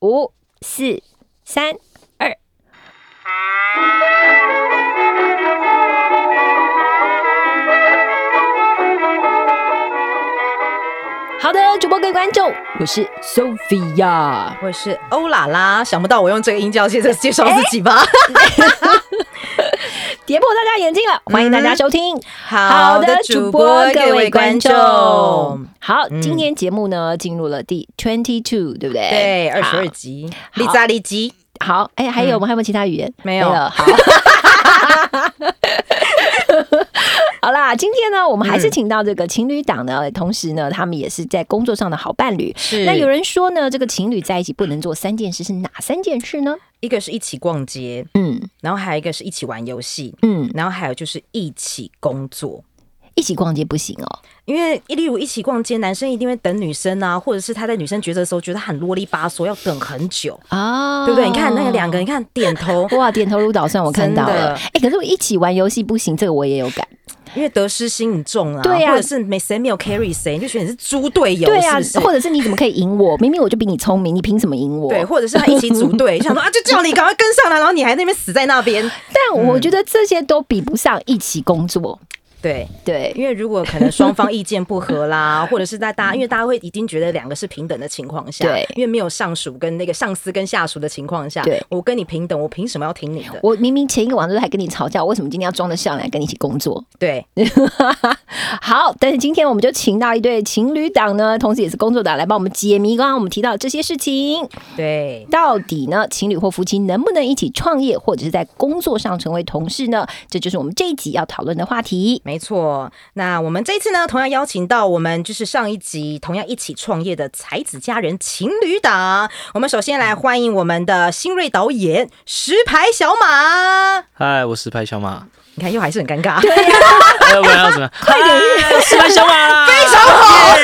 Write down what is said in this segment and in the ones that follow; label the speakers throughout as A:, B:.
A: 五、四、三、二。好的，主播跟观众，我是 Sophia。
B: 我是欧啦啦，想不到我用这个音调介绍介绍自己吧。
A: 跌破大家眼镜了，欢迎大家收听。
B: 嗯好的主播各位观众
A: 好，
B: 嗯
A: 今天节目呢进入了第 twenty two，对不对？
B: 对，二十
A: 好
B: 二集，利扎利基，
A: 好，哎、还有我们还有没有其他语言？
B: 没有
A: 了好。好啦，今天呢，我们还是请到这个情侣档呢，同时呢，他们也是在工作上的好伴侣。
B: 是
A: 那有人说呢，这个情侣在一起不能做三件事，是哪三件事呢？
B: 一个是一起逛街，
A: 嗯
B: 然后还有一个是一起玩游戏，
A: 嗯，
B: 然后还有就是一起工作。
A: 一起逛街不行哦。
B: 因为例如一起逛街，男生一定会等女生啊，或者是他在女生抉择的时候觉得他很啰里吧嗦，要等很久，
A: 啊，
B: 对不对？你看那个两个，你看点头，
A: 哇，点头如捣蒜，我看到
B: 真
A: 了。
B: 的
A: 哎、可是我一起玩游戏不行，这个我也有感。
B: 因为得失心很重啊，
A: 对啊
B: 或者是没谁没有 carry 谁，你就觉得你是猪队友，
A: 对啊，
B: 是不
A: 或
B: 是？
A: 者是你怎么可以赢 我？明明我就比你聪明，你凭什么赢我？
B: 对，或者是他一起组 队，想说啊，就叫你赶快跟上来，然后你还在那边死在那边。
A: 但我觉得这些都比不上一起工作。
B: 对，
A: 对，
B: 因为如果可能双方意见不合 啦，或者是在大家，因为大家会已经觉得两个是平等的情况下，
A: 对
B: 因为没有上属跟那个上司跟下属的情况下，
A: 对
B: 我跟你平等，我凭什么要听你的？
A: 我明明前一个晚上还跟你吵架，我为什么今天要装得上来跟你一起工作？
B: 对，
A: 好，但是今天我们就请到一对情侣档呢，同时也是工作党来帮我们解谜刚刚我们提到的这些事情。
B: 对，
A: 到底呢，情侣或夫妻能不能一起创业，或者是在工作上成为同事呢？这就是我们这一集要讨论的话题。
B: 没错。那我们这一次呢，同样邀请到我们就是上一集同样一起创业的才子佳人情侣档。我们首先来欢迎我们的新锐导演石牌小马。
C: 嗨，我是拍小马，
B: 你看，又还是很尴尬。
C: 哎，我要怎么样？ 快点，我是拍小马啦，非常好。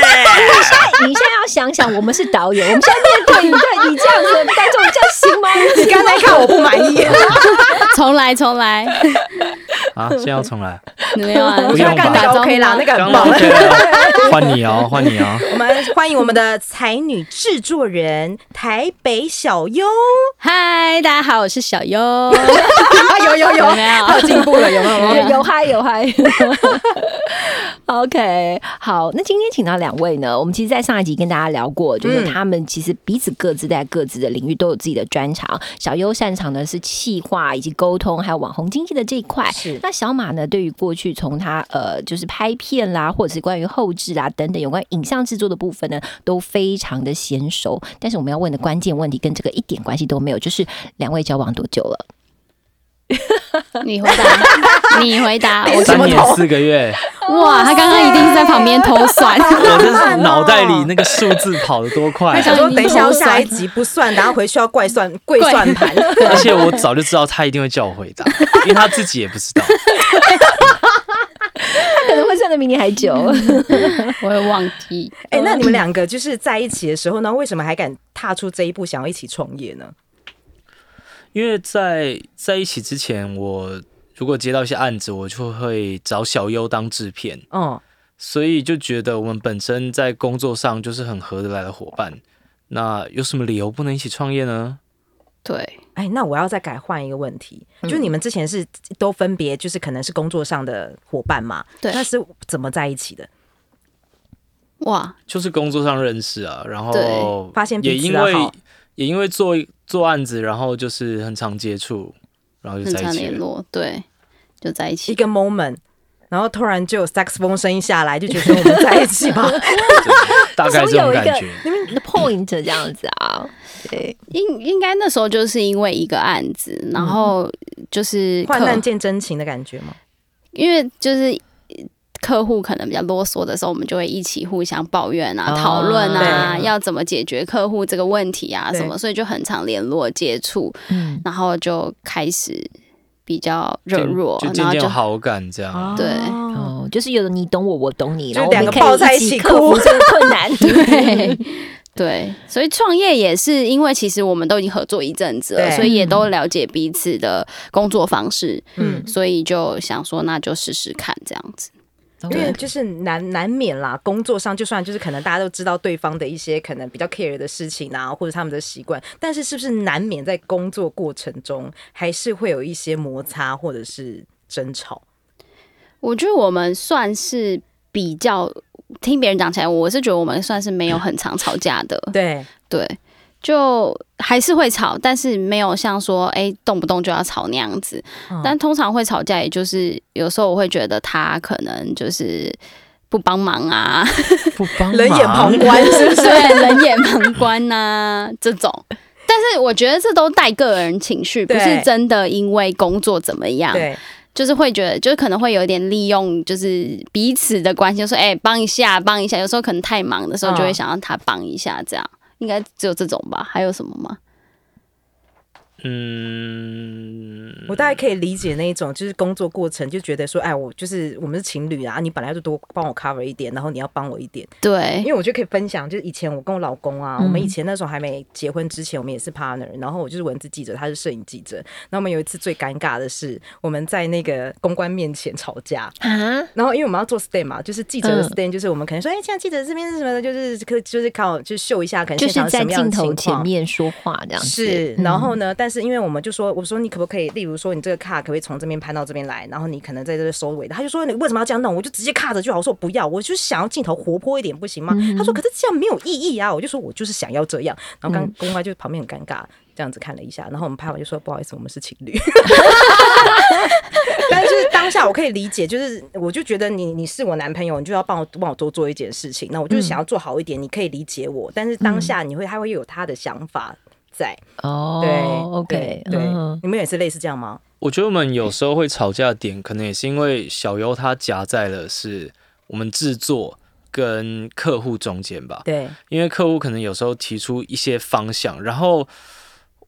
A: 你现在要想想，我们是导演，我们现在面对一个你这样子的观众，这样行吗？
B: 你刚才看我不满意，
D: 重来，重 来，
C: 啊，现在要重来，
D: 没有啊，
C: 不用吧
D: 打招呼
B: OK 啦，那个
C: 刚
B: 很
C: 刚
B: 棒。
C: OK 了，换你哦，换你哦。
B: 我们欢迎我们的才女制作人台北小优，
D: 嗨，大家好，我是小优，哎
B: 有有
D: 有没有
B: 她有进步了，有没有？
A: 有有嗨有嗨。OK，好，那今天请到两位呢，我们其实，在上一集跟大家聊过，就是
B: 嗯
A: 他们其实彼此各自在各自的领域都有自己的专长。小优擅长的是企划以及沟通，还有网红经济的这一块。
B: 是
A: 那小马呢，对于过去从他呃，就是拍片啦，或者是关于后置啦等等有关影像制作的部分呢，都非常的娴熟。但是我们要问的关键问题跟这个一点关系都没有，就是两位交往多久了？
D: 你回答， 你回答，我
C: 三年四个月，
D: 哇，他刚刚一定是在旁边偷 算，
C: 我这是脑袋里那个数字跑得多快啊
D: 太，
B: 想
D: 想
B: 说等一下要下一集不算，然后回去要怪算跪
D: 跪
B: 算盘。
C: 而且我早就知道他一定会叫我回 答，因为他自己也不知道。
A: 他可能会算的比你还久。
D: 我会忘记。
B: 哎、那你们两个就是在一起的时候呢，为什么还敢踏出这一步，想要一起创业呢？
C: 因为在在一起之前，我如果接到一些案子，我就会找小优当制片，
B: 哦，
C: 所以就觉得我们本身在工作上就是很合得来的伙伴。那有什么理由不能一起创业呢？
D: 对，
B: 哎，那我要再改换一个问题，就你们之前是都分别就是可能是工作上的伙伴嘛？
D: 对
B: 那是怎么在一起的？
D: 哇，
C: 就是工作上认识啊，然后
D: 对
B: 发现
C: 也
B: 彼
C: 因
B: 此了
C: 为
B: 哈
C: 也因为做做案子，然后就是很常接触，然后就
D: 很
C: 在一
D: 常
C: 起
D: 联
C: 了。
D: 络，对，就在一
B: 一
D: 起。
B: 个 moment，然后突然就有 saxophone 声音下来，就觉得我们在一起吧。
C: 对大概这种感
A: 总有
C: 觉。
A: 你们的 point 这样子啊，对，
D: 应应该那时候就是因为一个案子，然后就是
B: 患
D: 客
C: 嗯
B: 难见真情的感觉吗？
D: 因为就是呃客户可能比较啰嗦的时候，我们就会一起互相抱怨啊、讨论
C: 哦
D: 啊，
B: 对
D: 要怎么解决客户这个问题啊
B: 对
D: 什么，所以就很常联络接触，
A: 嗯，
D: 然后就开始比较热络
C: 就，
D: 然
C: 渐
D: 后
C: 渐有
D: 就
C: 好感这样。
D: 对
B: 哦
A: 哦，就是有的你懂我，我懂你，
B: 就
A: 然后
B: 两
A: 我
B: 个
A: 们
B: 抱
A: 可
B: 在
A: 以
B: 一
A: 一起
B: 起
A: 克服
B: 哭
A: 这个困 难。
D: 对对，所以创业也是因为其实我们都已经合作一阵子了，
B: 对
D: 所以也都了解彼此的工作方式，
B: 嗯
D: 所以就想说那就试试看这样子。
B: 因为
A: 对
B: 就是难难免啦，工作上就算就是可能大家都知道对方的一些可能比较 care 的事情啊，或者他们的习惯，但是是不是难免在工作过程中还是会有一些摩擦或者是争吵？
D: 我觉得我们算是比较听别人讲起来，我是觉得我们算是没有很常吵架的，
B: 对，
D: 对，就还是会吵，但是没有像说哎、动不动就要吵那样子。
B: 嗯
D: 但通常会吵架，也就是有时候我会觉得他可能就是不帮忙啊，
C: 不帮
B: 冷眼旁观是不是？
D: 对，冷眼旁观呐、这种。但是我觉得这都带个人情绪，不
B: 对
D: 是真的因为工作怎么样，
B: 对，
D: 就是会觉得，就是可能会有点利用，就是彼此的关系，就说哎、帮一下，帮一下。有时候可能太忙的时候，
B: 嗯
D: 就会想让他帮一下，这样、应该只有这种吧？还有什么吗？
C: 嗯，
B: 我大概可以理解那一种，就是工作过程就觉得说，哎，我就是我们是情侣啊，你本来就多帮我 cover 一点，然后你要帮我一点，因
D: 对，
B: 为我就可以分享，就是以前我跟我老公啊，
A: 哎嗯
B: 我们以前那时候还没结婚之前，我们也是 partner，然后我就是文字记者，他是摄影记者。那我们有一次最尴尬的是，我们在那个公关面前吵架。
A: 啊，
B: 然后因为我们要做 stand 嘛，就是记者的
A: 嗯
B: stand，就是我们可能说，哎、现在记者这边是什么的，就是可就是靠就秀一下，可能
A: 就
B: 现
A: 是
B: 场
A: 在
B: 什么样
A: 镜
B: 的
A: 头
B: 情
A: 前
B: 况。
A: 面说话这样子。嗯
B: 是，然后呢？但是因为我们就说，我说你可不可以，例如说你这个卡可不可以从这边拍到这边来，然后你可能在这边收尾的。他就说你为什么要这样弄？我就直接卡着就好。我说不要，我就想要镜头活泼一点，不行
A: 嗯
B: 吗？他说可是这样没有意义啊。我就说我就是想要这样。然后
A: 嗯
B: 刚公关就旁边很尴尬。这样子看了一下，然后我们拍完就说不好意思，我们是情 侣。但是当下我可以理解，就是我就觉得你你是我男朋友，你就要帮我帮我多做一件事情。那我
A: 嗯
B: 就是想要做好一点，你可以理解我。但是当下你会他会有他的想法在，
A: 哦，
B: 对
A: ，OK，
B: 对，对
A: 嗯
B: 你们也是类似这样吗？
C: 我觉得我们有时候会吵架的点，可能也是因为小优他夹在了是我们制作跟客户中间吧，
B: 对，
C: 因为客户可能有时候提出一些方向，然后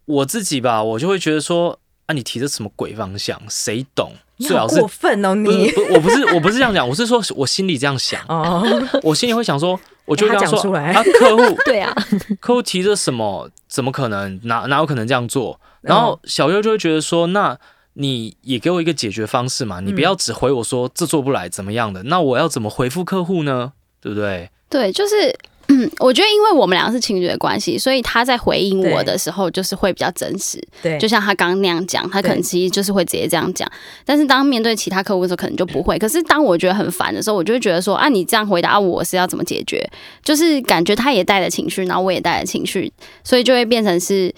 C: 我自己吧，我就会觉得说。啊！你提的什么鬼方向？谁懂？
B: 你
C: 最
B: 好
C: 好是
B: 过分哦，
C: 不是
B: 你
C: 不是，我不是我不是这样讲，我是说我心里这样想，
B: 哦，哎
C: 我心里会想说，我就
B: 他
C: 跟
B: 讲
C: 说
B: 出来
C: 啊，客户
A: 对啊，
C: 客户提着什么，怎么可能？哪哪有可能这样做？ 然后小优就会觉得说，那你也给我一个解决方式嘛，你不要只回我说这做不来怎么样的，那我要怎么回复客户呢？对不对？
D: 对，就是。嗯，我觉得因为我们俩是情侣的关系，所以他在回应我的时候就是会比较真实，
B: 嗯对，
D: 就像他刚刚那样讲，他可能
B: 对
D: 其实就是会直接这样讲。但是当面对其他客户的时候，可能就不会。可是当我觉得很烦的时候，我就会觉得说啊，你这样回答、啊我是要怎么解决？就是感觉他也带了情绪，然后我也带了情绪，所以就会变成是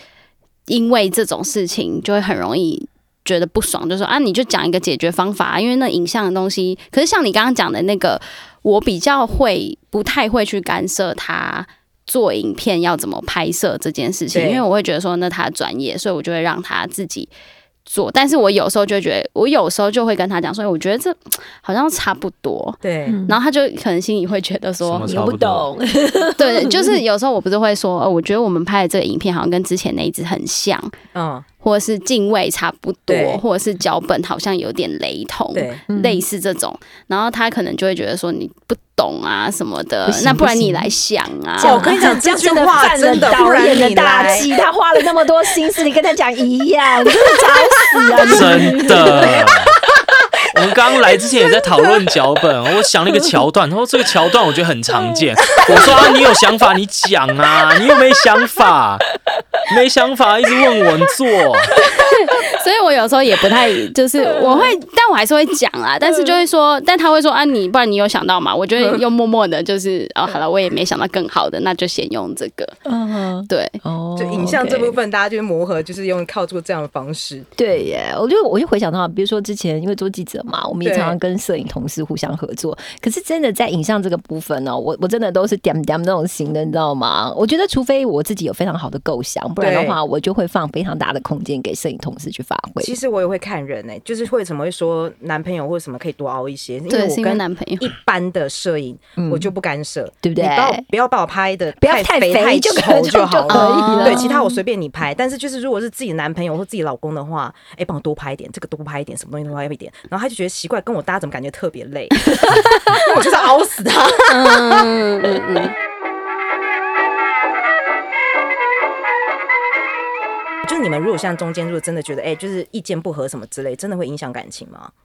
D: 因为这种事情就会很容易。觉得不爽就说啊，你就讲一个解决方法啊，因为那影像的东西，可是像你刚刚讲的那个，我比较会不太会去干涉他做影片要怎么拍摄这件事情，
B: 对
D: 因为我会觉得说那他的专业，所以我就会让他自己做。但是我有时候就会觉得，我有时候就会跟他讲说，哎我觉得这好像差不多，
B: 对，
A: 嗯
D: 然后他就可能心里会觉得说
C: 嗯什么，
A: 你
C: 差
A: 又
C: 不
A: 不懂
C: 多，
D: 对，就是有时候我不是会说，呃，我觉得我们拍的这个影片好像跟之前那一支很像，
B: 嗯，
D: 或者是敬畏差不
B: 对
D: 多，或者是脚本好像有点雷同，
B: 对，
A: 嗯
D: 类似这种。然后他可能就会觉得说你不懂啊什么的
A: 不，行
D: 那不然
A: 不行
D: 你来想啊。
B: 哦这样我跟你讲
A: 这样
B: 这
A: 真
B: 句
A: 的
B: 话
A: 犯
B: 真的
A: 了
B: 不
A: 导
B: 然
A: 演的
B: 你
A: 大
B: 来
A: 忌，他花了那么多心思，你跟他讲一样，你真的 找死啊！你
C: 真的。我们刚来之前也在讨论脚本，我想了一个桥段，他说这个桥段我觉得很常见。我说啊，你有想法你讲啊，你又没想法，没想法一直问我你做，
D: 所以我有时候也不太，就是
B: 嗯
D: 我会，但我还是会讲啦，但是就会说，但他会说啊，你不然你有想到嘛？我就
B: 嗯
D: 会又默默的，就是哦，好了，我也没想到更好的，那就先用这个。
A: 嗯，
D: 对，
A: 哦
B: 就影像这部
A: 分。
B: 分大家就磨合，就是用靠做这样的方式，
A: 对耶，我就我就回想到，比如说之前因为做记者嘛，我们也
B: 对
A: 常常跟摄影同事互相合作。可是真的在影像这个部分呢、哦我我真的都是点点那种型的，你知道吗？我觉得除非我自己有非常好的构想，不然的
B: 对
A: 话，我就会放非常大的空间给摄影同事去发挥。
B: 其实我也会看人呢、欸就是为什么会说男朋友或什么可以多熬一些，因为
D: 对，
B: 我
D: 是因为
B: 跟
D: 男 朋友。
B: 一般的摄影我就不干涉，
A: 嗯对不对
B: 你把我不要把我拍的
A: 不要太
B: 肥
A: 肥就可
B: 丑
A: 就哦
B: 就好
A: 就
B: 了。
A: 可以了
B: 对，其他我随便你拍，但是就是如果是自己男朋友或自己老公的话，哎，帮我多拍一点，这个多拍一点，什么东西多拍一点，然后他就觉得奇怪，跟我搭怎么感觉特别累， 我就是熬死他。
D: 嗯嗯嗯，
B: 就你们如果像中间如果真的觉得哎，就是意见不合什么之类，真的会影响感情吗？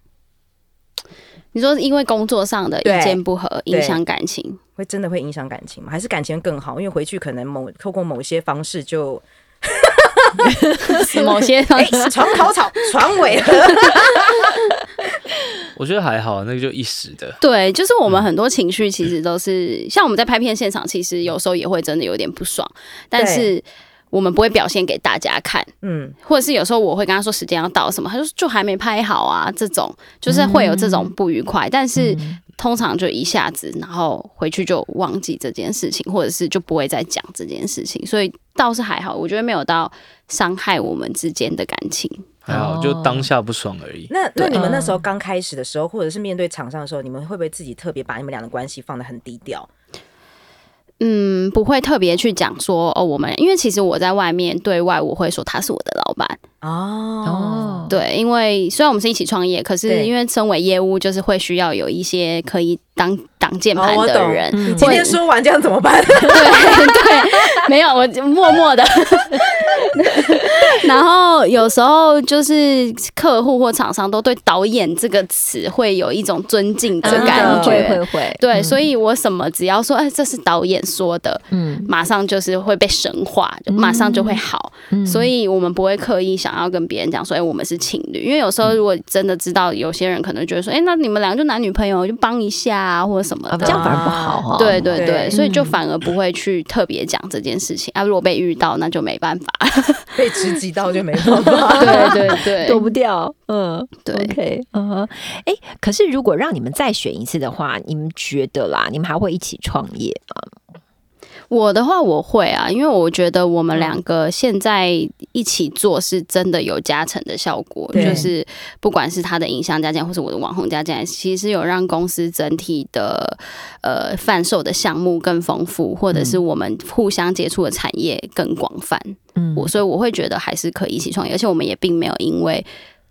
D: 你说因为工作上的
B: 对
D: 意见不合
B: 对
D: 影响感 情，
B: 会真的会影响感情吗？还是感情更好？因为回去可能某透过某些方式就
D: 某些方
B: 哎、
D: 式
B: 床头吵，床尾和。
C: 我觉得还好，那个就一时的。
D: 对，就是我们很多情绪其实都是、像我们在拍片现场，其实有时候也会真的有点不爽，但是我们不会表现给大家看，
B: 嗯，
D: 或者是有时候我会跟他说时间要到什么，他就说就还没拍好啊，这种就是会有这种不愉快，但是通常就一下子，然后回去就忘记这件事情，或者是就不会再讲这件事情，所以倒是还好，我觉得没有到伤害我们之间的感情。
C: 还好，就当下不爽而已。
B: 那那
D: 对
B: 你们那时候刚开始的时候，或者是面对厂商的时候，你们会不会自己特别把你们俩的关系放得很低调？
D: 嗯，不会特别去讲说哦，我们因为其实我在外面对外我会说他是我的老板，
B: 哦，
A: 哦，
D: 对，因为虽然我们是一起创业，可
B: 对
D: 是因为身为业务就是会需要有一些可以当挡箭
B: 哦
D: 盘
B: 我
D: 的
B: 懂
D: 人，
A: 嗯
B: 今天说完这样怎么办？
D: 对对，没有，我就默默的。 然后有时候就是客户或厂商都对“导演”这个词会有一种尊敬的
B: 真的
D: 感
A: 哦啊会
D: 觉。
A: 会会，
B: 嗯
D: 对，所以我什么只要说，哎，这是导演说的，
A: 嗯，
D: 马上就是会被神化，就马上就会好。
A: 嗯
D: 所以我们不会刻意想要跟别人讲说，哎、我们是情侣，因为有时候如果真的知道，有些人可能觉得说，哎、那你们俩就男女朋友，就帮一下啊，或者什么
A: 啊
D: 的，
A: 这样反而不好哦。
D: 对对
B: 对
D: 对，所以就反而不会去特别讲这件事情啊。如果被遇到，那就没办法。
B: 被直击到就没办法。
D: 对对哦对
A: 躲不掉，嗯，
D: 对
A: ，OK，嗯哼，哎，可是如果让你们再选一次的话，你们觉得啦，你们还会一起创业吗？
D: 我的话，我会啊，因为我觉得我们两个现在一起做是真的有加成的效果，
B: 对
D: 就是不管是他的影像加减，或是我的网红加减，其实有让公司整体的呃贩售的项目更丰富，或者是我们互相接触的产业更广泛。
A: 嗯
D: 我所以我会觉得还是可以一起创业，而且我们也并没有因为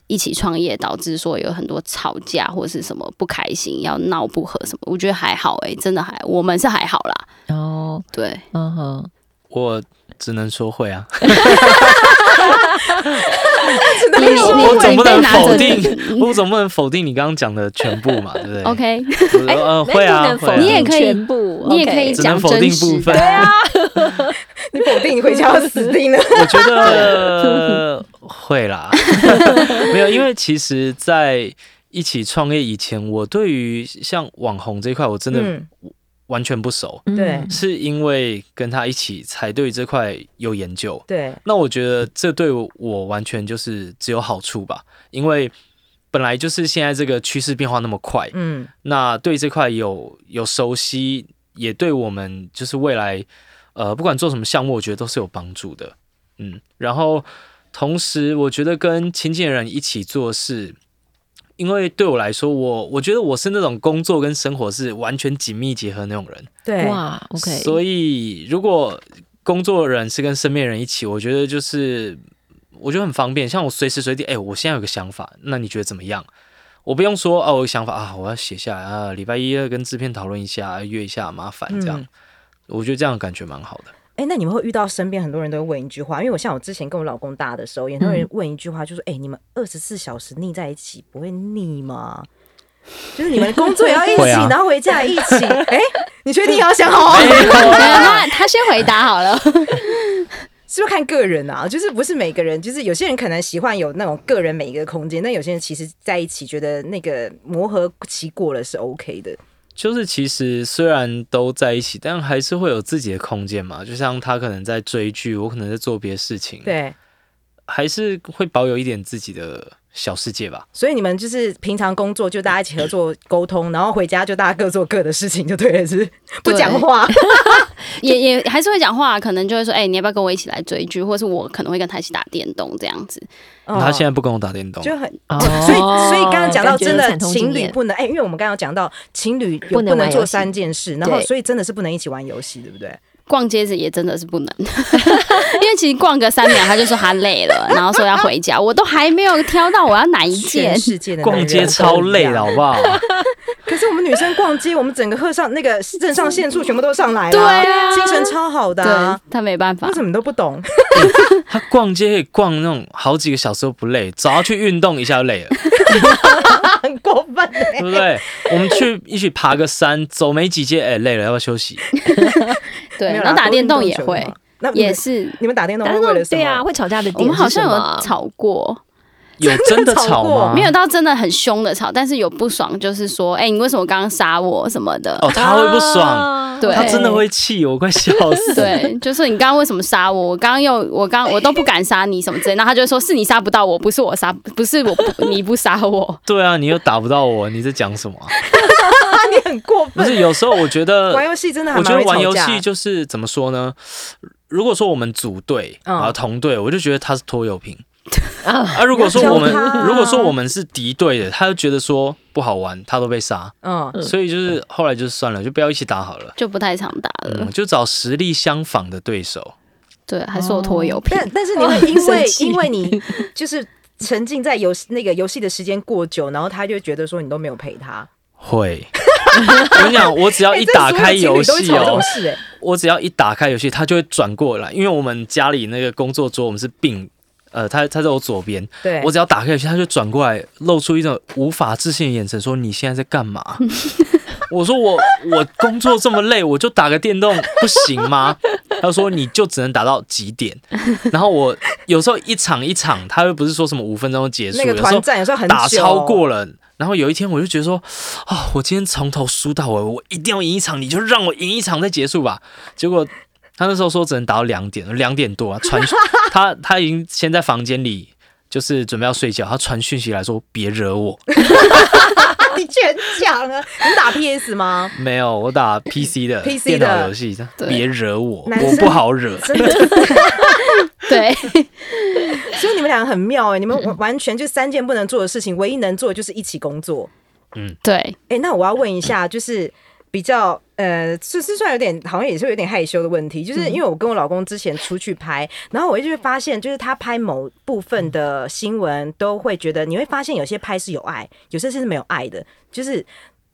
D: 一起创业导致说有很多吵架或是什么不开心、要闹不和什么，我觉得还好诶、真的还我们是还好啦，
A: 哦，
D: 对，
A: 嗯哼，
C: 我只能说会啊，
D: 你
C: 我 我总不能否定
D: 你被拿着，
C: 我总不能否定你刚刚讲的全部嘛，对不对
D: OK，哎
C: 我说呃，会啊，会啊
D: 你也可以
A: 全部，
D: 你也可以
C: 只能
D: 讲
C: 否定
D: 真
C: 部
D: 实
C: 分
D: 的，。
B: 你否定你回家要死定了。
C: 我觉 得会啦，没有，因为其实，在一起创业以前，我对于像网红这一块，我 真的
B: 嗯，
C: 完全不熟，
A: 嗯
B: 对
C: 是因为跟他一起才对这块有研究。
B: 对，
C: 那我觉得这对我完全就是只有好处吧，因为本来就是现在这个趋势变化那么快，
B: 嗯，
C: 那对这块有有熟悉，也对我们就是未来呃不管做什么项目，我觉得都是有帮助的。嗯，然后同时我觉得跟亲近的人一起做事。因为对我来说，我我觉得我是那种工作跟生活是完全紧密结合那种人，
B: 对，
A: 哇，OK，
C: 所以如果工作人是跟身边人一起，我觉得就是我觉得很方便。像我随时随地，哎、我现在有个想法，那你觉得怎么样？我不用说哦，我有想法啊，我要写下来啊，礼拜一要跟制片讨论一下，啊约一下，麻烦这样。
B: 嗯
C: 我觉得这样感觉蛮好的。
B: 哎、那你们会遇到身边很多人都会问一句话，因为我像我之前跟我老公搭的时候，也很多人问一句话，就是哎、你们二十四小时腻在一起，不会腻吗？ 就是你们工作也要一起，
C: 会啊
B: 然后回家也一 起。哎、你确定也要想好好？
D: 对那他先回答好了，
B: 是不是看个人啊？就是不是每个人，就是有些人可能喜欢有那种个人每一个空间，但有些人其实在一起觉得那个磨合期过了是 OK 的。
C: 就是其实虽然都在一起，但还是会有自己的空间嘛。就像他可能在追剧，我可能在做别的事情，
B: 对，
C: 还是会保有一点自己的小世界吧。
B: 所以你们就是平常工作就大家一起合作沟通，然后回家就大家各做各的事情，就对了，是不是不
D: 对
B: 讲话。
D: 也也还是会讲话，可能就会说，哎、你要不要跟我一起来追剧，或是我可能会跟他一起打电动这样子。
B: 哦
C: 他现在不跟我打电动，
B: 就很，
A: 哦
B: 所以所以刚刚讲到
A: 感觉
B: 真
A: 有
B: 的
A: 惨痛经
B: 情侣
A: 验
B: 不能哎、因为我们刚刚有讲到情侣有
A: 不能
B: 不能
A: 玩
B: 做
A: 游戏
B: 三件事，然后
A: 对
B: 所以真的是不能一起玩游戏，对不对？
D: 逛街子也真的是不能， 因为其实逛个三秒他就说他累了，然后说要回家，我都还没有挑到我要哪一件
B: 全。世界的男人
C: 逛街超累啊的，好不好？
B: 可是我们女生逛街，我们整个荷上那个肾上腺素全部都上来了，
D: 对啊
B: 精神超好的、
D: 对
B: 啊。
D: 他没办法
B: 为，什么你都 不懂？
C: 他逛街 可以逛那种好几个小时都不累，早上去运动一下就累了。
B: 很过分。办呢？
C: 对不对？我们去一起爬个山，走没几阶，哎、累了，要不要休 息？
D: 对，
B: 没有啦
D: 然后打电动也，
B: 多运
D: 会
B: 久就好，那你们
D: 也是。
B: 你们打电动
A: 打
B: 会
A: 电
B: 为
A: 动
B: 了什
A: 对
B: 么？
A: 啊，会吵架的
D: 我
A: 点
D: 们好
A: 是什
D: 像
A: 么
D: 有？吵过，
C: 有真的
B: 吵
C: 吵
B: 过
C: 吗？
D: 没有到真的很凶的吵，但是有不爽，就是说，哎、你为什么刚刚杀我什么的？
C: 哦，他会不爽，
A: 啊
D: 对
C: 他真的会气，我快笑死。
D: 对，就是你刚刚为什么杀我？我刚刚又我刚我都不敢杀你什么之类，然后他就说是你杀不到我，不是我杀，不是我不你不杀我。
C: 对啊，你又打不到我，你在讲什么啊、
B: 啊，你很过
C: 不
B: 分。
C: 是，有时候 我觉得
B: 玩游戏真的还
C: 我
B: 蛮
C: 觉
B: 会
C: 得玩
B: 吵
C: 游
B: 架
C: 戏就是怎么说呢？如果说我们组队
B: 嗯
C: 啊、同队，我就觉得他是拖油 瓶。
A: 啊，
C: 啊，如果说我们
B: 你要教他啊
C: 如果说我们是敌对的，他就觉得说不好玩，他都被杀，
B: 嗯，
C: 所以就是后来就算了，就不要一起打好了。
D: 就不太常打了，
C: 嗯，就找实力相仿的对手。
D: 对，还是我拖油瓶。
B: 但但是你 会因
A: 生
B: 为
A: 气
B: 因为你就是沉浸在游戏那个游戏的时间过久，然后他就觉得说你都没有陪他。
C: 会， 我跟你讲，我只要
B: 哎
C: 啊一
B: 这
C: 打
B: 所有
C: 开
B: 情侣
C: 游
B: 都会
C: 戏
B: 吵这
C: 哦
B: 种，事哎，
C: 我只要一打开游戏，他就会转过来，因为我们家里那个工作桌我们是并，呃，他他在我左边，
B: 对，
C: 我只要打开游戏，他就转过来，露出一种无法置信的眼神，说你现在在干嘛？ 我说我我工作这么累，我就打个电动不行吗？他说你就只能打到几点。然后我有时候一场一场，他又不是说什么五分钟就结束，
B: 那个
C: 有时候
B: 团战有时候很久
C: 打超过了。然后有一天我就觉得说，啊、我今天从头输到尾，我一定要赢一场，你就让我赢一场再结束吧。结果他那时候说只能打到两点，两点多啊， 传他他已经先在房间里就是准备要睡觉，他传讯息来说别 惹我。
B: 你居然讲啊！你打 PS 吗？
C: 没有，我打 PC 的
B: PC
C: 电脑
B: 的
C: 游戏，
D: 对
C: 别惹我，
B: 男
C: 我
B: 生
C: 不好惹。
B: 真的，
D: 对，
B: 所以你们两个很妙哎、你
C: 嗯
B: 们完完全就三件不能做的事情，唯一能做的就是一起工作。
D: 对，
B: 哎、那我要问一下，就是比较呃，是是算有点好像也是有点害羞的问题，
A: 嗯
B: 就是因为我跟我老公之前出去拍，然后我一直会发现，就是他拍某部分的新闻，都会觉得你会发现有些拍是有爱，有些是没有爱的，就是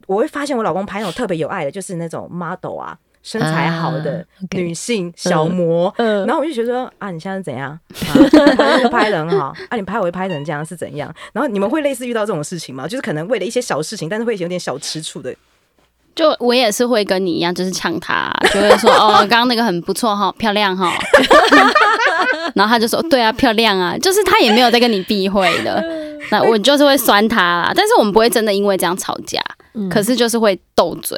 B: 我会发现我老公拍那种特别有爱的，就是那种 model 啊。身材好的
A: 啊，OK
B: 女性小模，
A: 嗯
B: 然后我就觉得啊，你现在是 怎样？啊、就拍的很好，啊，你拍我会拍成这样是怎样？然后你们会类似遇到这种事情吗？就是可能为了一些小事情，但是会有点小吃醋的。
D: 就我也是会跟你一样，就是呛他，就会说哦，刚刚那个很不错哈，漂亮哈。 然后他就说对啊，漂亮啊，就是他也没有在跟你避讳的。那我就是会酸他啦，但是我们不会真的因为这样吵架，可是就是会斗嘴。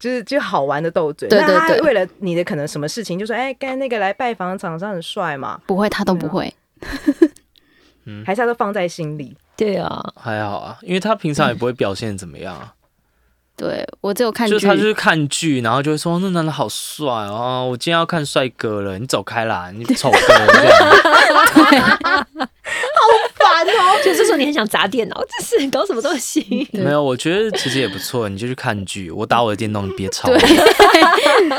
B: 就是就好玩的斗嘴，
D: 对对
B: 那他
D: 对
B: 为了你的可能什么事情，就说哎，刚才那个来拜访的厂商很帅嘛，
D: 不会，他都不会。
B: 还是他都放在心里。
A: 对啊，
D: 哦
C: 还好啊，因为他平常也不会表现怎么样啊，
D: 对我只有看
C: 就
D: 剧，
C: 是他 就是看剧，然后就会说那男的好帅哦，我今天要看帅哥了，你走开啦，你丑哥这样。
B: 烦哦，
A: 就这时候你很想砸电脑，这是搞什么东西？
D: 对
C: 没有，我觉得其实也不错，你就去看剧，我打我的电动，你别吵我。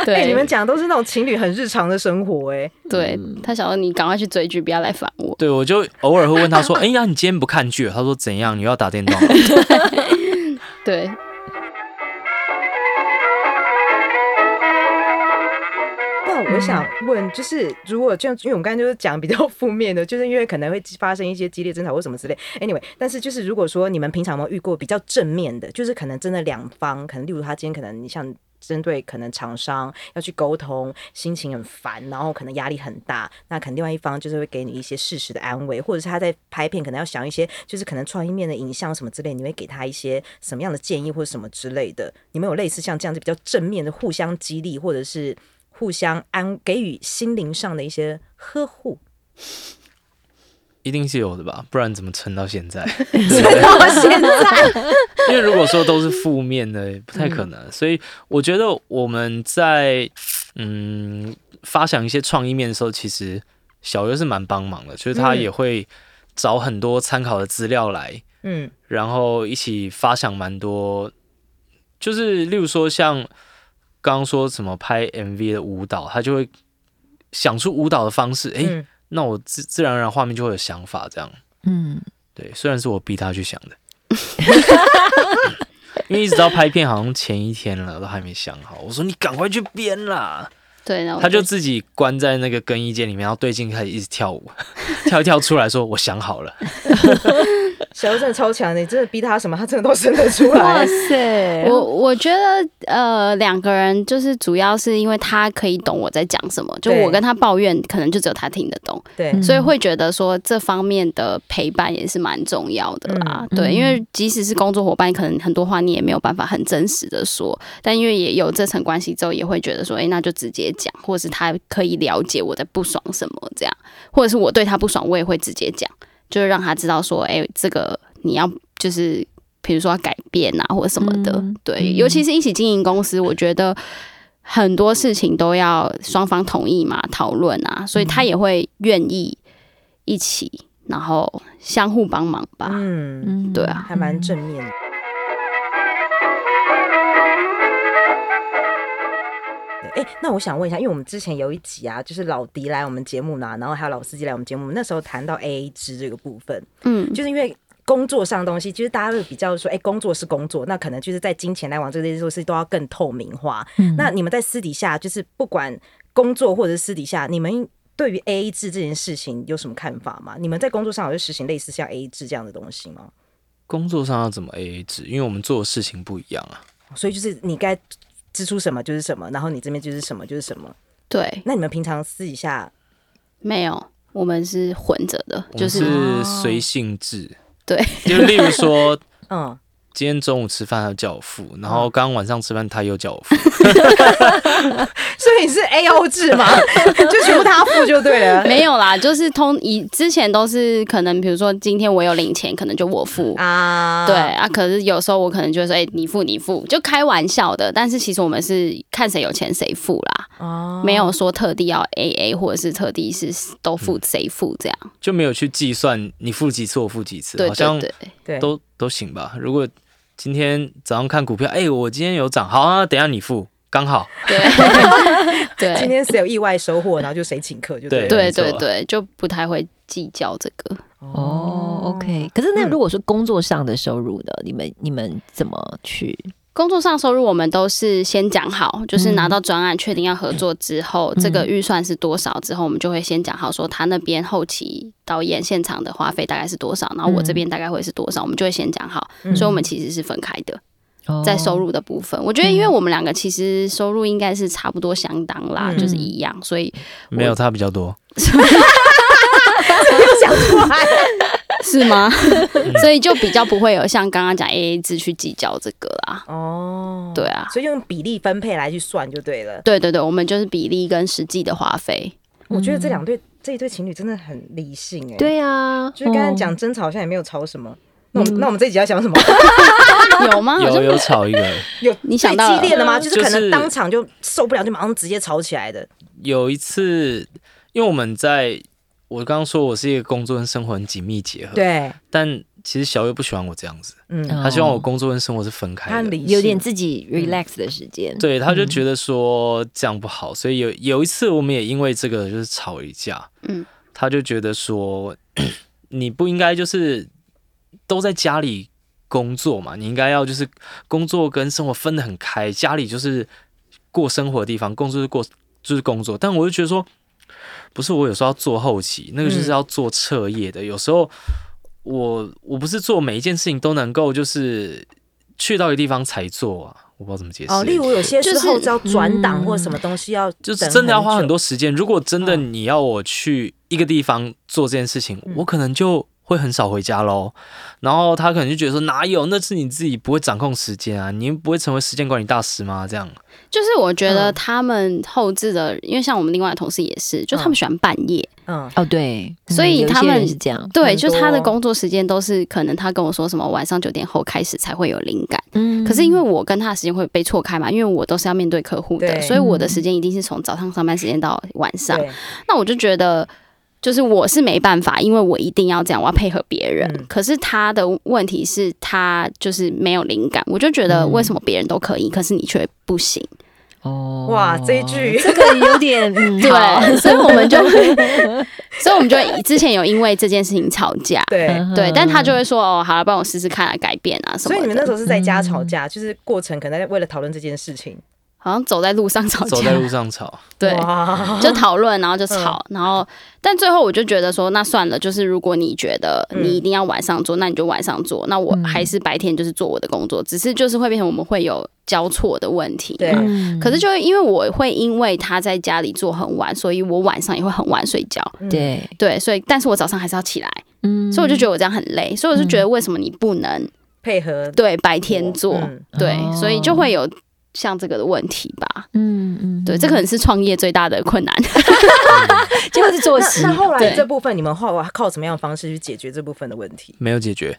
D: 对、
B: 哎，你们讲的都是那种情侣很日常的生活，哎，
D: 对
C: 嗯
D: 他想要你赶快去追剧，不要来烦我。
C: 对，我就偶尔会问他说，哎呀，你今天不看剧？他说怎样？你又要打电动？
D: 对，
B: 那我想问，就是如果就因为我们刚才就是讲比较 负面的，就是因为可能会发生一些激烈争吵或什么之类。Anyway，但是就是如果说你们平常有没有遇过比较正面的，就是可能真的两方，可能例如他今天可能你像。针对可能厂商要去沟通，心情很烦，然后可能压力很大，那可能另外一方就是会给你一些适时的安慰，或者是他在拍片可能要想一些就是可能创意面的影像什么之类，你会给他一些什么样的建议或者什么之类的？你们有类似像这样子比较正面的互相激励，或者是互相安给予心灵上的一些呵护。
C: 一定是有的吧，不然怎么撑到现在？
B: 到现在，
C: 因为如果说都是负面的，不太可能。所以我觉得我们在嗯发想一些创意面的时候，其实小优是蛮帮忙的，就是他
B: 嗯
C: 也会找很多参考的资料来，
B: 嗯，
C: 然后一起发想蛮多，就是例如说像刚刚说什么拍 MV 的舞蹈，他就会想出舞蹈的方式，诶，
B: 嗯
C: 那我自自然而然画面就会有想法，这样。
A: 嗯，
C: 对，虽然是我逼他去想的， 因为一直到拍片好像前一天了都还没想好，我说你赶快去编啦，
D: 哦对，然后
C: 他就自己关在那个更衣间里面，然后对镜开始一直跳舞， 跳一跳出来说：“我想好了。
B: 小欧真的超强的，你真的逼他什么，他真的都生得出 来。
A: 塞
D: 我我觉得呃，两个人就是主要是因为他可以懂我在讲什么，就
B: 对
D: 我跟他抱怨，可能就只有他听得懂，
B: 对，
A: 嗯
D: 所以会觉得说这方面的陪伴也是蛮重要的啦。
A: 嗯
D: 对，
A: 嗯
D: 因为即使是工作伙伴，可能很多话你也没有办法很真实的说，但因为也有这层关系之后，也会觉得说，诶，那就直接讲，或是他可以了解我在不爽什么这样，或者是我对他不爽，我也会直接讲，就是让他知道说，诶，这个你要就是。比如说要改变啊，或者什么的，
A: 嗯
D: 对，
A: 嗯
D: 尤其是一起经营公司，我觉得很多事情都要双方同意嘛，讨论啊，所以他也会愿意一起，然后相互帮忙吧。
B: 嗯，
A: 嗯
D: 对啊
B: 还蛮正面的。哎、那我想问一下，因为我们之前有一集啊，就是老迪来我们节目啦，然后还有老司机来我们节目，那时候谈到 AA 制这个部分，
D: 嗯，
B: 就是因为工作上的东西，就是大家会比较说，哎、工作是工作，那可能就是在金钱来往这些事都要更透明化。
D: 嗯
B: 那你们在私底下，就是不管工作或者是私底下，你们对于 A A 制这件事情有什么看法吗？你们在工作上有实行类似像 A A 制这样的东西吗？”
C: 工作上要怎么 A A 制？因为我们做的事情不一样啊。
B: 所以就是你该支出什么就是什么，然后你这边就是什么就是什么。
D: 对，
B: 那你们平常私底下
D: 没有，我们是混着的，
C: 我
D: 就
C: 们
D: 是哦
C: 是随性制，
D: 对，
C: 就例如说，
B: 嗯，
C: 今天中午吃饭他叫我付，然后刚刚晚上吃饭他又叫我 付，
B: 所以是 A O 制吗？ 就全部他付就对了。
D: 没有啦，就是通以之前都是可能，比如说今天我有领钱，可能就我付。
B: 啊，
D: 对，啊，可是有时候我可能就会说，哎、你付你付，就开玩笑的。但是其实我们是看谁有钱谁付啦，
B: 哦
D: 没有说特地要 A A 或者是特地是都
C: 嗯
D: 付谁付这样。
C: 就没有去计算你付几次我付几次，
D: 对
C: 好像
D: 对 对，
B: 对，
C: 都都行吧。如果今天早上看股票，哎、我今天有涨，好啊，等一下你付，刚好。
D: 对对
B: 今天谁有意外收 获，然后就谁请客就对了。
C: 对
D: 对
C: 没错啊
D: 对对，就不太会计较这个。
A: 哦，OK。可是
D: 嗯
A: 那如果说工作上的收入呢，你们你们怎么去？
D: 工作上收入我们都是先讲好，就是拿到专案确定要合作之后，这个预算是多少之后，我们就会先讲好说他那边后期导演现场的花费大概是多少，然后我这边大概会是多少，我们就会先讲好。所以我们其实是分开的，在收入的部分，我觉得因为我们两个其实收入应该是差不多相当啦，
B: 嗯
D: 就是一样，所以
C: 没有他比较多，
B: 想出 来，
D: 是吗？所以就比较不会有像刚刚讲 A A 制去计较这个啦。
B: 哦，
D: 对啊，
B: 所以用比例分配来去算就对了。
D: 对对对，我们就是比例跟实际的花费。
C: 嗯
B: 我觉得这两对这一对情侣真的很理性哎、，
A: 对啊，
B: 就是刚才
A: 哦
B: 讲争吵，好像也没有吵什么。那
D: 嗯
B: 我们那我们这一集要讲 什么？
D: 有吗？好
C: 有啊
D: 像
C: 有炒一个。
B: 有
D: 你
B: 最
D: 想到
B: 激
D: 了
B: 烈的吗？就是可
C: 嗯就
B: 能
C: 是
B: 当场就受不了，就马上直接吵起来的。
C: 有一次，因为我们在我刚刚说我是一个工作跟生活很紧密结合，
B: 对，
C: 但其实小月不喜欢我这样子，
B: 嗯，
C: 她希望我工作跟生活是分
B: 他
C: 开
B: 很
C: 的。
B: 理性
A: 哦嗯有点自己
D: 嗯
A: relax 的时间。
C: 对，她
B: 嗯
C: 就觉得说这样不好，所以有有一次我们也因为这个就是吵一架，
D: 嗯，
C: 她就觉得说你不应该就是都在家里工作嘛，你应该要就是工作跟生活分得很开，家里就是过生活的地方，工作是过就是工作。但我就觉得说，不是我有时候要做后期，那个就是
B: 嗯
C: 要做彻夜的。有时候我我不是做每一件事情都能够就是去到一个地方才做啊，我不知道怎么解释。
B: 哦，例如有些时候
D: 就是
B: 是要转档
A: 嗯
B: 或什么东西要等久，
C: 就是真的要花很多时间。如果真的
B: 嗯
C: 你要我去一个地方做这件事情，我可能就会很少回家喽。然后他可能就觉得说哪有，那是你自己不会掌控时间啊，你不会成为时间管理大师吗？这样
B: 哦
D: 就是我觉
B: 嗯
D: 得他们后置的，因为像我们另外的同事也是，就他们喜欢半夜，
B: 嗯，
A: 哦，对，
D: 所以
A: 嗯有一
D: 他
A: 些人
D: 们
A: 是这样。
D: 对，
B: 很
D: 就他的
B: 多
D: 工作时间都是可能他跟我说什么晚上九点后开始才会有灵感，
A: 嗯
D: 可是因为我跟他的时间会被错开嘛，因为我都是要面对客户
B: 对
D: 的，所以我的时间一定是从早上上班时间到晚上。
B: 嗯对，
D: 那我就觉得，就是我是没办法，因为我一定要这样，我要配合别人。
B: 嗯
D: 可是他的问题是他就是没有灵感，我就觉得
B: 嗯
D: 为什么别人都可以，可是你却不行？
A: 哦
B: 哇，这一句
A: 这个有点 嗯，好
D: 对，所以我们就会， 所以我们就之前有因为这件事情吵架。
A: 嗯
B: 对。
D: 对，但他就会说哦，好了，帮我试试看啊，改变啊什
B: 所
D: 么的。嗯
B: 以你们那时候是在家吵架，就是过程可能在为了讨论这件事情，
D: 好像走在路上吵
C: 走
D: 架
C: 在，路上吵，？
D: 对，
B: 哇
D: 就讨论，然后就吵，然后但最后我就觉得说，那算了，就是如果你觉得你一定要晚上做，那你就晚上做，那我还是白天就是做我的工作，只是就是会变成我们会有交错的问题。
B: 对
A: 嗯
D: 可是就因为我会因为他在家里做很晚，所以我晚上也会很晚睡觉。
A: 对，
D: 对，所以但是我早上还是要起来，
A: 嗯
D: 所以我就觉得我这样很累，所以我就觉
B: 嗯
D: 得为什么你不能
B: 配合
D: 对白天做？
B: 嗯
D: 对
A: 哦，
D: 所以就会有像这个的问题吧。
A: 嗯嗯，
D: 对，这可能是创业最大的困难。
A: 结果是作
B: 那
A: 息
B: 那，后来
D: 对
B: 这部分你们后来靠什么样的方式去解决这部分的问题
C: 没有解决。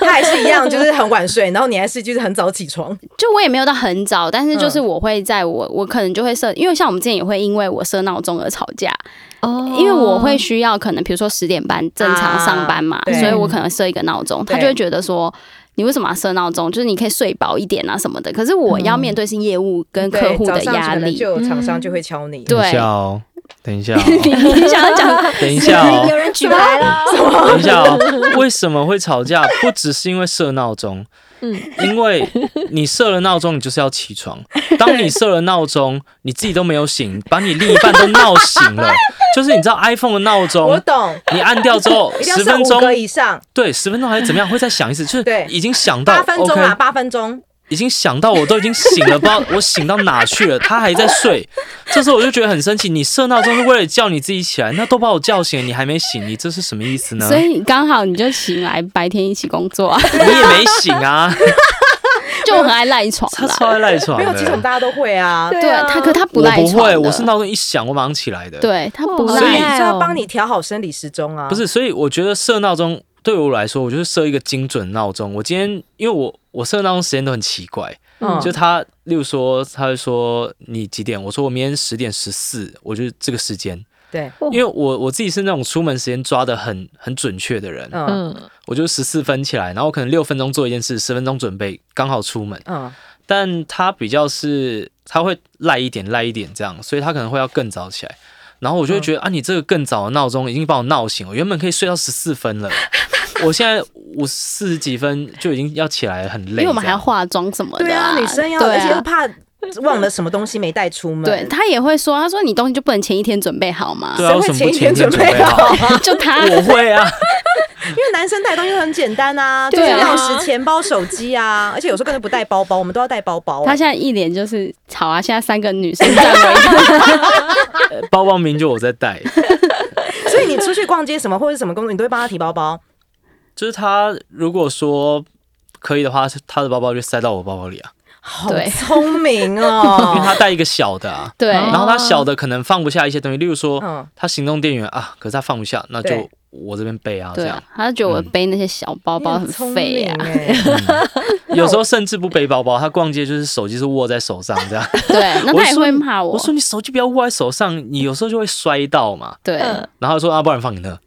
B: 他还是一样，就是很晚睡，然后你还是就是很早起床。
D: 就我也没有到很早，但是
B: 嗯
D: 就是我会在我、我可能就会设，因为像我们之前也会因为我设闹钟而吵架，
A: 哦
D: 因为我会需要可能比如说十点半正常上班嘛，
B: 啊对
D: 所以我可能设一个闹钟，
B: 对
D: 他就会觉得说。你为什么要设闹钟？就是你可以睡饱一点啊什么的。可是我要面对是业务跟
B: 嗯对
D: 客户的
B: 早上
D: 压
B: 可能
D: 力。嗯
B: 就有厂商就会敲你。
D: 对
C: 等一下哦，等一下、
D: 你
C: 哦，
D: 你想要讲
C: 等一下哦，
A: 有人举牌了，
C: 等一下哦，为什么会吵架？不只是因为设闹钟，
A: 嗯
C: 因为你设了闹钟，你就是要起床。当你设了闹钟，你自己都没有醒，把你另一半都闹醒 了。就是你知道 iPhone 的闹
B: 我
C: 钟，
B: 懂，
C: 你按掉之后
B: 一定要
C: 十
B: 设
C: 分
B: 五
C: 钟，
B: 个以上，
C: 对，十分钟还是怎么样，会再响一次，就
B: 对
C: 是已经响到
B: 八分钟啊啦，
C: OK，
B: 八分钟。
C: 已经响到我都已经醒了，不知道 我醒到哪去了，他还在睡。这时候我就觉得很生气，你设闹钟是为了叫你自己起来，那都把我叫醒了，你还没醒，你这是什么意思呢？
D: 所以刚好你就醒来，白天一起工 作啊，
C: 你也没醒 啊。
D: 就我很爱赖床
C: 他超
D: 啦。
C: 爱赖床
B: 没
C: 的。
B: 有，其实我们大家都会啊。
A: 对
D: 对他，可他不
C: 我
D: 赖
C: 不
D: 床
C: 会，
D: 的
C: 我是闹钟一响，我马上起来的。，
D: 对啊他不
A: 哦
B: 所以
D: 赖
B: 就
A: 赖
B: 要帮你调好生理时钟啊。
C: 不，是，所以我觉得设闹钟对我来说，我就是设一个精准闹钟。我今天因为我我设闹钟时间都很奇怪，
B: 嗯
C: 就他，例如说，他会说你几点？我说我明天十点十四，我就是这个时间，
B: 对，
D: 哦
C: 因为我我自己是那种出门时间抓的很很准确的人，
B: 嗯
A: 嗯
C: 我就十四分起来，然后我可能六分钟做一件事，十分钟准备，刚好出门。
B: 嗯，
C: 但他比较是他会赖一点赖一点这样，所以他可能会要更早起来。然后我就会觉得、啊，你这个更早的闹钟已经把我闹醒了，我原本可以睡到十四分了，我现在我四十几分就已经要起来了，很
D: 因
C: 累。
D: 为我们还要化妆什么的、
B: 对啊，女生要，
D: 对
B: 而且
D: 啊
B: 又怕忘了什么东西没带出门。
D: 对他也会说，他说你东西就不能前一天准备好吗？
C: 对啊，
B: 谁
C: 为
B: 会
C: 什么
B: 前
C: 不
B: 一天
C: 前
B: 准
C: 天准
B: 备
C: 备啊好？
D: 就他
C: 我会啊，
B: 因为男生带东西很简单啊，就是
D: 对啊
B: 钥匙、钱包、手机啊，而且有时候根本不带包包，我们都要带包包。啊
D: 他现在一脸就是吵啊！现在三个女生站围 一个
C: 包包明明就我在带，
B: 所以你出去逛街什么或者什么工作，你都会帮他提包包。
C: 就是他如果说可以的话，他的包包就塞到我包包里啊，
B: 好
D: 对
B: 聪明
C: 因为
B: 哦！
C: 他带一个小的啊，
D: 对，
C: 然后他小的可能放不下一些东西，例如说
B: 嗯，
C: 他行动电源啊，可是他放不下，那就
B: 对
C: 我这边背啊，这
D: 对
C: 样
D: 啊。，他就觉得我背那些小 包包
B: 你
D: 很
B: 嗯聪
D: 废
B: 明
D: 啊，
B: 欸
C: 有时候甚至不背包包，他逛街就是手机是握在手上这样。
D: 对， 那他也会骂我
C: 我，说你手机不要握在手上，你有时候就会摔到嘛。
D: 对
C: 然后他说啊，不然放你 那。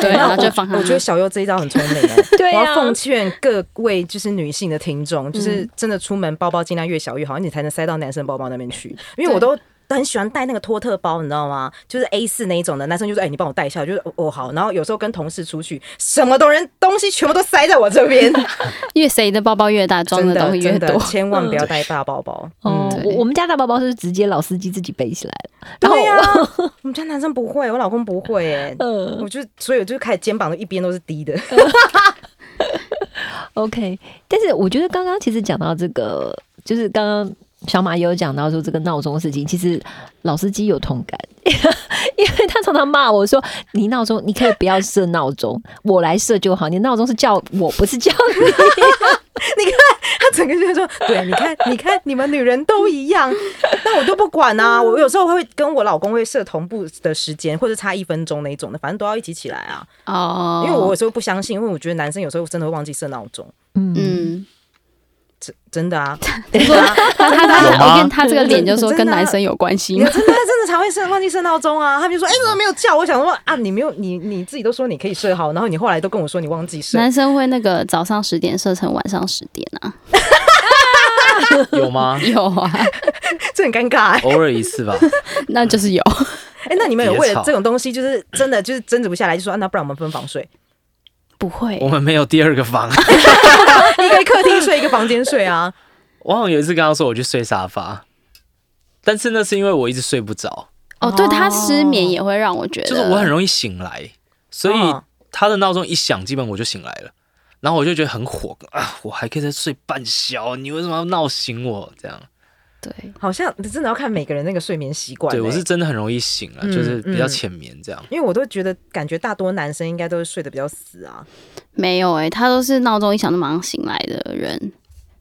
D: 对，
B: 那
D: 然
B: 我
D: 哦后就放他
B: 嗯哦我觉得小优这一招很聪 明欸
A: 对啊
B: 我要奉劝各位就是女性的听众，
D: 嗯
B: 就是真的出门包包尽量越小越好，你才能塞到男生包包那边去。因为我都很喜欢带那个托特包，你知道吗？就是 A 四那一种的，男生就说：“哎、你帮我带一下。”我就是哦好。然后有时候跟同事出去，什么都人东西全部都塞在我这边，
D: 越谁的包包越大， 装
B: 真
D: 的
B: 的
D: 东西越
B: 真的
D: 多，嗯
B: 千万不要带大包包。嗯
A: 哦，
D: 对
A: 我我们家大包包是直接老司机自己背起来了，然后
B: 对
D: 啊
B: 呀、我们家男生不会，我老公不会哎、
D: 呃
A: 嗯
B: 我就所以我就开始肩膀的一边都是低的，
A: ，OK，但是我觉得刚刚其实讲到这个，就是刚刚。小马也有讲到说这个闹钟事情，其实老司机有同感， 因为他常常骂我说：“你闹钟你可以不要设闹钟，我来设就好。你闹钟是叫我，不是叫你。
B: 他整个就是说，对，你看，你看，你们女人都一样， 但我就不管啊。我有时候会跟我老公会设同步的时间，或者差一分钟那一种的，反正都要一起起来啊。
D: 哦
B: 因，为我有时候不相信，因为我觉得男生有时候真的会忘记设闹钟，”
A: 嗯，
D: 嗯，
B: 真真的 啊，
D: 他 他
C: 有吗
D: 他，我跟他这个脸就说
B: 真的
D: 跟男生有关系
B: 你
D: 吗
B: 真？的真的常会设忘记设闹钟啊。他们就说，哎、你怎么没有叫？我想说啊，你没有，你你自己都说你可以设好，然后你后来都跟我说你忘记设，
D: 男生会那个早上十点设成晚上十点啊，？
C: 有吗
D: 有啊，
B: 这很尴尬、欸。
C: 偶尔一次 吧。
D: 那就是有，
B: 哎、那你们有
C: 别
B: 为了
C: 吵
B: 这种东西，就是真的就是争执不下来，就说、啊、那不然我们分房睡，
D: 不会
B: 哦
C: 我，们没有第二个房。
B: 一个客厅睡，一个房间睡啊。
C: 我好像有一次跟他说我去睡沙发，但是那是因为我一直睡不着，
D: 哦，对他失眠也会让我觉得，
C: 就是我很容易醒来，所以
B: 嗯
C: 他的闹钟一响，基本我就醒来了。然后我就觉得很火啊！我还可以再睡半小，你为什么要闹醒我？这样，
D: 对，
B: 好像真的要看每个人那个睡眠习惯欸。
C: 对我是真的很容易醒
D: 嗯
C: 啊，就是比较浅眠这样。
B: 因为我都觉得，感觉大多男生应该都是睡得比较死啊。
D: 没有哎、他都是闹钟一响就马上醒来的人，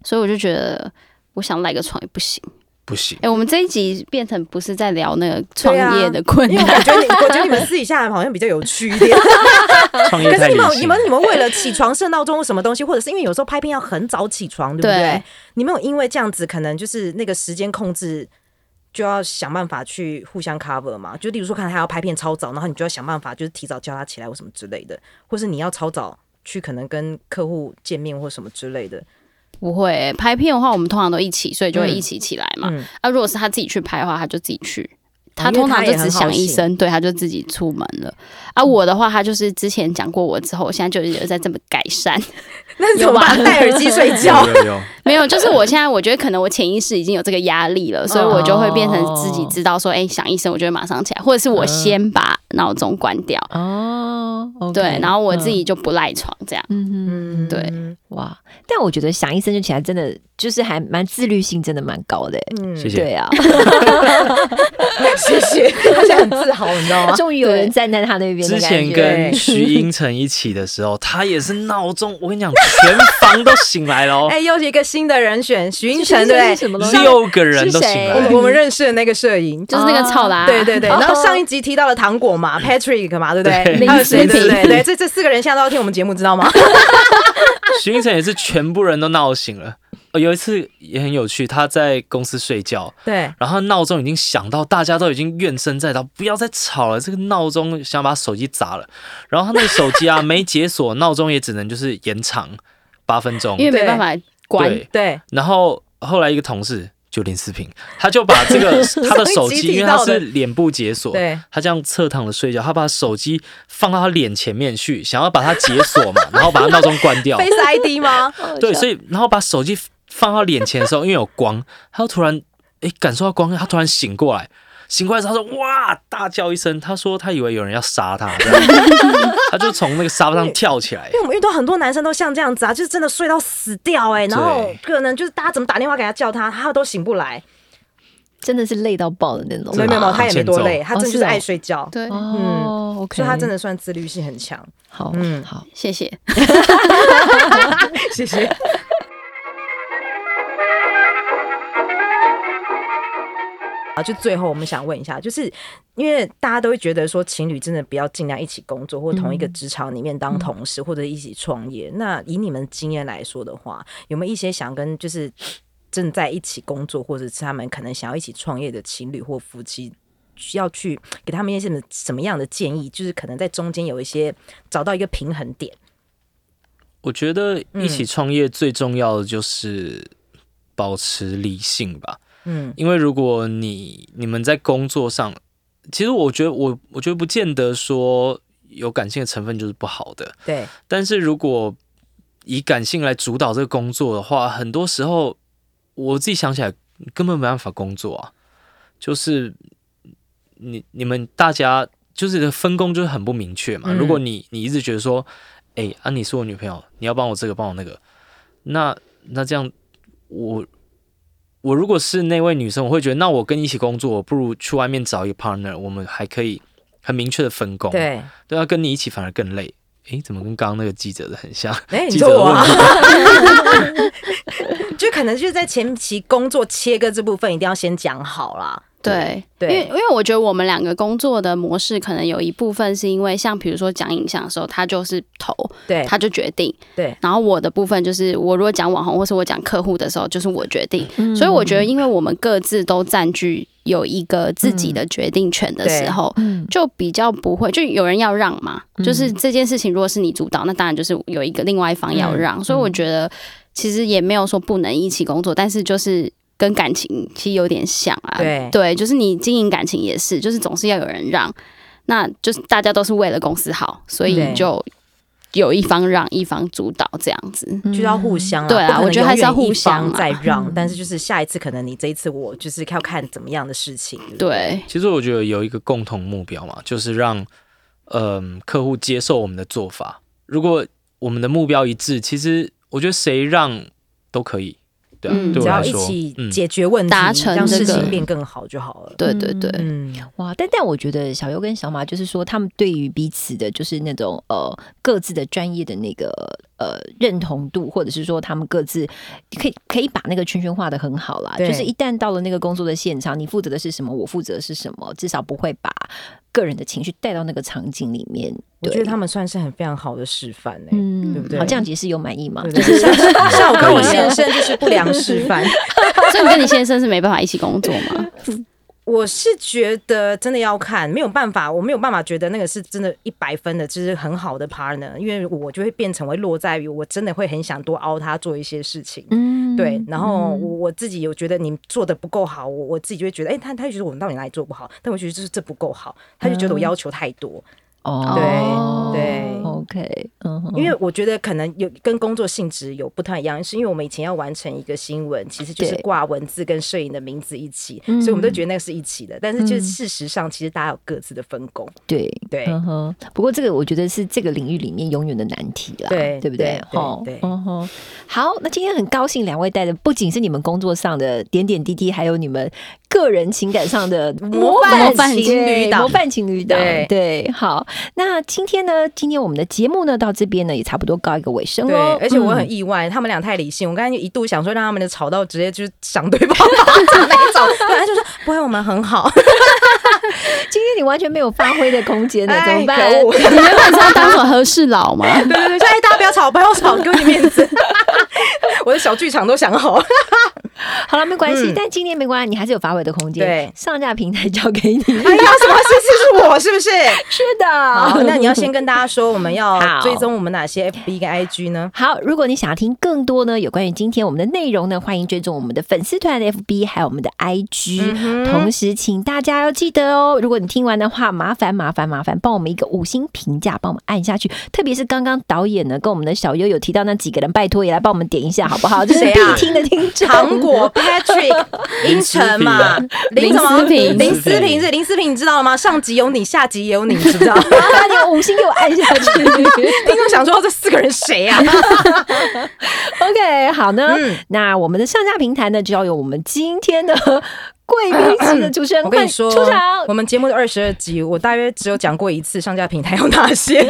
D: 所以我就觉得。我想赖个床也不行。
C: 不 行
D: 哎、，我们这一集变成不是在聊那个创
B: 对啊
D: 业的困
B: 因为
D: 难，
B: 我觉得你，我觉得你们私底下好像比较有趣一点。
C: 创业
B: 可是
C: 太
B: 你
C: 理
B: 们有、
C: 性
B: 你们、你们为了起床设闹钟或什么东西，或者是因为有时候拍片要很早起床，对不对？
D: 对
B: 你们有因为这样子，可能就是那个时间控制，就要想办法去互相 cover 嘛？就例如说，看他要拍片超早，然后你就要想办法，就是提早叫他起来或什么之类的，或是你要超早去可能跟客户见面或什么之类的。
D: 不会欸、拍片的话，我们通常都一起，所以就会
B: 嗯
D: 一起起来嘛。
B: 嗯
D: 啊，如果是他自己去拍的话，他就自己去。
B: 哦
D: 他
B: 因为
D: 通
B: 他
D: 常
B: 也
D: 就只
B: 很好
D: 响一
B: 醒
D: 声，对，他就自己出门了。啊，我的话，他就是之前讲过我之后，我现在就有在这么改善。
B: 那你怎么
D: 有吧
B: 办？戴耳机睡 觉？
C: 有有有，
D: 没有，就是我现在我觉得可能我潜意识已经有这个压力了，所以我就会变成自
B: 哦
D: 己知道说，哎、响一声我就会马上起来，或者是
B: 嗯
D: 我先把闹钟关掉，
A: 嗯哦，OK，
D: 对，然后我自己就不赖床这样。
A: 嗯哼
B: 嗯，
D: 对
A: 哇，但我觉得想一声就起来，真的就是还蛮自律性，真的蛮高的欸。
B: 嗯，
C: 谢谢。
A: 对啊，
B: 谢谢，他现在很自豪，你知道吗？
A: 终于有人站在他那边的感
C: 之前
A: 觉
C: 跟徐英成一起的时候， 他也是闹钟，我跟你讲，全房都醒来了哦
B: 哎、，又是一个新的人选，徐英成，对
A: 徐英
B: 不
A: 成是？什么东
B: 对
A: 西？
C: 六个人都醒
A: 是
B: 我
A: 谁
B: 们
C: 来。
B: 我们认识的那个摄影，
D: 就是那个操啊啦、
B: 对 对对，
A: 哦
B: 然后上一集提到了糖果嘛，Patrick 嘛，对不对？
A: 对
B: 还有谁？
A: 林
B: 对
A: 志
B: 对
A: 玲
B: 对对，这这四个人现在都要听我们节目，知道吗？
C: 徐英成也是全部人都闹醒了。呃有一次也很有趣，他在公司睡觉，
B: 对，
C: 然后闹钟已经响到，大家都已经怨声载道，不要再吵了。这个闹钟想把手机砸了，然后他那个手 机啊没解锁，闹钟也只能就是延长八分钟
D: 因。为没办法关。
C: 对，
B: 对，
C: 然后后来一个同事就林思平，他就把 这个他的
B: 上
C: 手
B: 一集
C: 机，
B: 提
C: 因为
B: 到
C: 他
B: 的
C: 是脸部解锁，
B: 对
C: 他这样侧躺着睡觉，他把手机放到他脸前面去，想要把它解 锁嘛，然后把他闹钟关掉。
B: ，Face ID 吗？
C: 对，所以然后把手机放到脸前的时候，因为有光，他突然诶感受到光，他突然醒过来，醒过来之后他说哇大叫一声，他说他以为有人要杀他，这 样他就从那个沙发上跳起来
B: 因。为我们遇到很多男生都像这样子啊，就是真的睡到死掉哎、然后
C: 对
B: 可能就是大家怎么打电话给他叫他，他都醒不来。
A: 真的是累到爆的那种
B: 没
A: 吧。
B: 有没有，他也没多
C: 欠揍
B: 累，他真的就是
A: 哦
B: 爱睡觉，
D: 对，
A: 哦，OK，
B: 所以他真的算自律性很强。
A: 好，
B: 嗯
A: 嗯，好。
D: 谢谢。
B: 谢谢。啊，就最后我们想问一下，就是因为大家都会觉得说情侣真的不要尽量一起工作，或同一个职场里面当同事，或者一起创业。那以你们经验来说的话，有没有一些想跟就是正在一起工作，或者是他们可能想要一起创业的情侣或夫妻，需要去给他们一些什么什么样的建议？就是可能在中间有一些找到一个平衡点。
C: 我觉得一起创业最重要的就是保持理性吧，
B: 嗯
C: 因为如果你你们在工作上，其实我觉得我我觉得不见得说有感性的成分就是不好的，
B: 对，
C: 但是如果以感性来主导这个工作的话，很多时候我自己想起来根本没办法工作啊，就是你你们大家就是分工就是很不明确嘛。
B: 嗯
C: 如果你你一直觉得说，哎、啊你是我女朋友，你要帮我这个帮我那个，那那这样我。我如果是那位女生，我会觉得，那我跟你一起工作，我不如去外面找一个 partner，我们还可以很明确的分工。
B: 对。
C: 对啊，跟你一起反而更累。诶，怎么跟刚刚那个记者的很像？
B: 哎、你
C: 记
B: 说
C: 者
B: 我、啊
C: 问，题，
B: 就可能就是在前期工作切割这部分一定要先讲好啦。
D: 对，
B: 对
D: 因为因为我觉得我们两个工作的模式，可能有一部分是因为像比如说讲影像的时候，他就是头，
B: 对，
D: 他就决定。
B: 对，
D: 然后我的部分就是我如果讲网红或是我讲客户的时候，就是我决定。
B: 嗯
D: 所以我觉得，因为我们各自都占据有一个自己的决定权的时候。
A: 嗯，
D: 就比较不会，就有人要让嘛，
B: 嗯
D: 就是这件事情如果是你主导，那当然就是有一个另外一方要
B: 嗯
D: 让，所以我觉得其实也没有说不能一起工作，但是就是跟感情其实有点像啊，
B: 对
D: 就是你经营感情也是，就是总是要有人让，那就是大家都是为了公司好，所以
B: 对
D: 就有一方让一方主导这样子。
A: 嗯
B: 就是要互相啦，
D: 对啊
B: 不可能
D: 我觉得还是要
B: 永远
D: 互相啊
B: 一
D: 嗯
B: 方
D: 嘛
B: 再让，但是就是下一次可能你这一次我就是要看怎么样的事情，不，
D: 对，
C: 其实我觉得有一个共同目标嘛，就是让嗯、客户接受我们的做法。如果我们的目标一致，其实我觉得谁让都可以，对啊，
D: 嗯
C: 对
B: 只
C: 我
B: 要
C: 来
B: 一
C: 说，
B: 起
C: 嗯，
B: 解决问题，
D: 达成
B: 让事
D: 这个
B: 情变更好就好了。
D: 对对对，
B: 嗯，
A: 哇，但但我觉得小优跟小马就是说，他们对于彼此的，就是那种呃各自的专业的那个呃认同度，或者是说他们各自可以可以把那个圈圈画的很好啦。
B: 对
A: 就是一旦到了那个工作的现场，你负责的是什么，我负责的是什么，至少不会把个人的情绪带到那个场景里面。
B: 我
A: 对
B: 觉得他们算是很非常好的示范哎、
A: 嗯，
B: 对不对
A: 好，这样解释有满意吗
B: 对？对对像 像我跟我
C: 啊
B: 先生就是不良示范，
D: 所以你跟你先生是没办法一起工作吗？
B: 我是觉得真的要看，没有办法，我没有办法觉得那个是真的一百分的，就是很好的 partner，因为我就会变成会落在于我真的会很想多凹他做一些事情。
A: 嗯
B: 对，然后我我自己有觉得你做的不够好，我我自己就会觉得，哎、他他就觉得我到底哪里做不好，但我觉得就是这不够好，他就觉得我要求太多，
A: 嗯哦，
B: 对对
A: ，OK，嗯哼，
B: 因为我觉得可能有跟工作性质有不太一样，是因为我们以前要完成一个新闻，其实就是
A: 对嗯
B: 挂文字跟摄影的名字一起，所以我们都觉得那个是一起的，但是就是事实上，其实大家有各自的分工，
A: 对
B: 对
A: 嗯哼。不过这个我觉得是这个领域里面永远的难题啦，
B: 对
A: 对不对
B: 对？对
A: 齁
B: 对
A: 嗯哼。好，那今天很高兴两位带的不仅是你们工作上的点点滴滴，还有你们个人情感上的
B: 模
D: 范
A: 模
D: 情
B: 侣档
A: 模范情侣档。
B: 对
A: 对，好。那今天呢，今天我们的节目呢到这边呢也差不多告一个尾声
B: 对
A: 喽。，
B: 而且我
A: 嗯
B: 很意外，他们俩太理性，我刚才就一度想说让他们的吵到直接就是想对方 巴掌那一种，本来就说不会，我们很好，
A: 今天你完全没有发挥的空间呢，
B: 哎
A: 怎么办？
B: 可恶
D: 你原本是要当什么和事佬吗？
B: 对对对，说哎，大家不要吵，不要吵，给我点面子。 我的小剧场都想好，
A: 好了，没关系，
B: 嗯
A: 但今天没关系，你还是有发挥的空间。
B: 对
A: 上架平台交给你。
B: 哎呀，什么事情是我是不是？
A: 是的，
B: 好，那你要先跟大家说，我们
A: 好
B: 要追踪我们哪些 FB 跟 IG 呢？
A: 好，如果你想要听更多呢有关于今天我们的内容呢，欢迎追踪我们的粉丝团的 FB，还有我们的
B: 嗯
A: IG、同时，请大家要记得哦，如果你听完的话，麻烦麻烦麻烦帮我们一个五星评价，帮我们按下去。特别是刚刚导演呢跟我们的小优有提到那几个人，拜托也来帮我们点一下好不好？ 这是
B: 谁
A: 必
B: 啊
A: 听的听众。
B: 糖果 Patrick 英成嘛，
D: 林
B: 林什么
D: 思平
B: 林思平是林思平，你知道了吗？上集有你，下集也有你，你知不知道？
A: 麻烦你五星给我按下去。
B: 听众想说这四个人谁啊？
A: OK，好呢，
B: 嗯
A: 那我们的上架平台呢，就要有我们今天的贵宾级的主持人
B: 我跟
A: 快
B: 你说
A: 出场，。
B: 我们节目的二十二集，我大约只有讲过一次上架平台有哪些。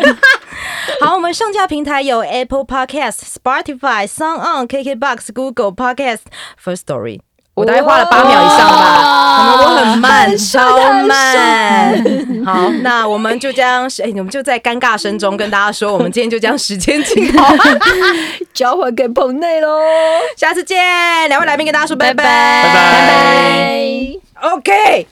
B: 好，我们上架平台有 Apple Podcast、Spotify、Sound On、KKBox、Google Podcast、First Story。我大概花了八秒以上吧，可能我啊很慢，超慢。 好，那我们就将，哎、我们就在尴尬声中跟大家说，我们今天就将时间尽 头，
A: 交还给棚内喽，
B: 下次见。两位来宾跟大家说拜拜，
D: 拜拜
A: 拜拜。
B: OK。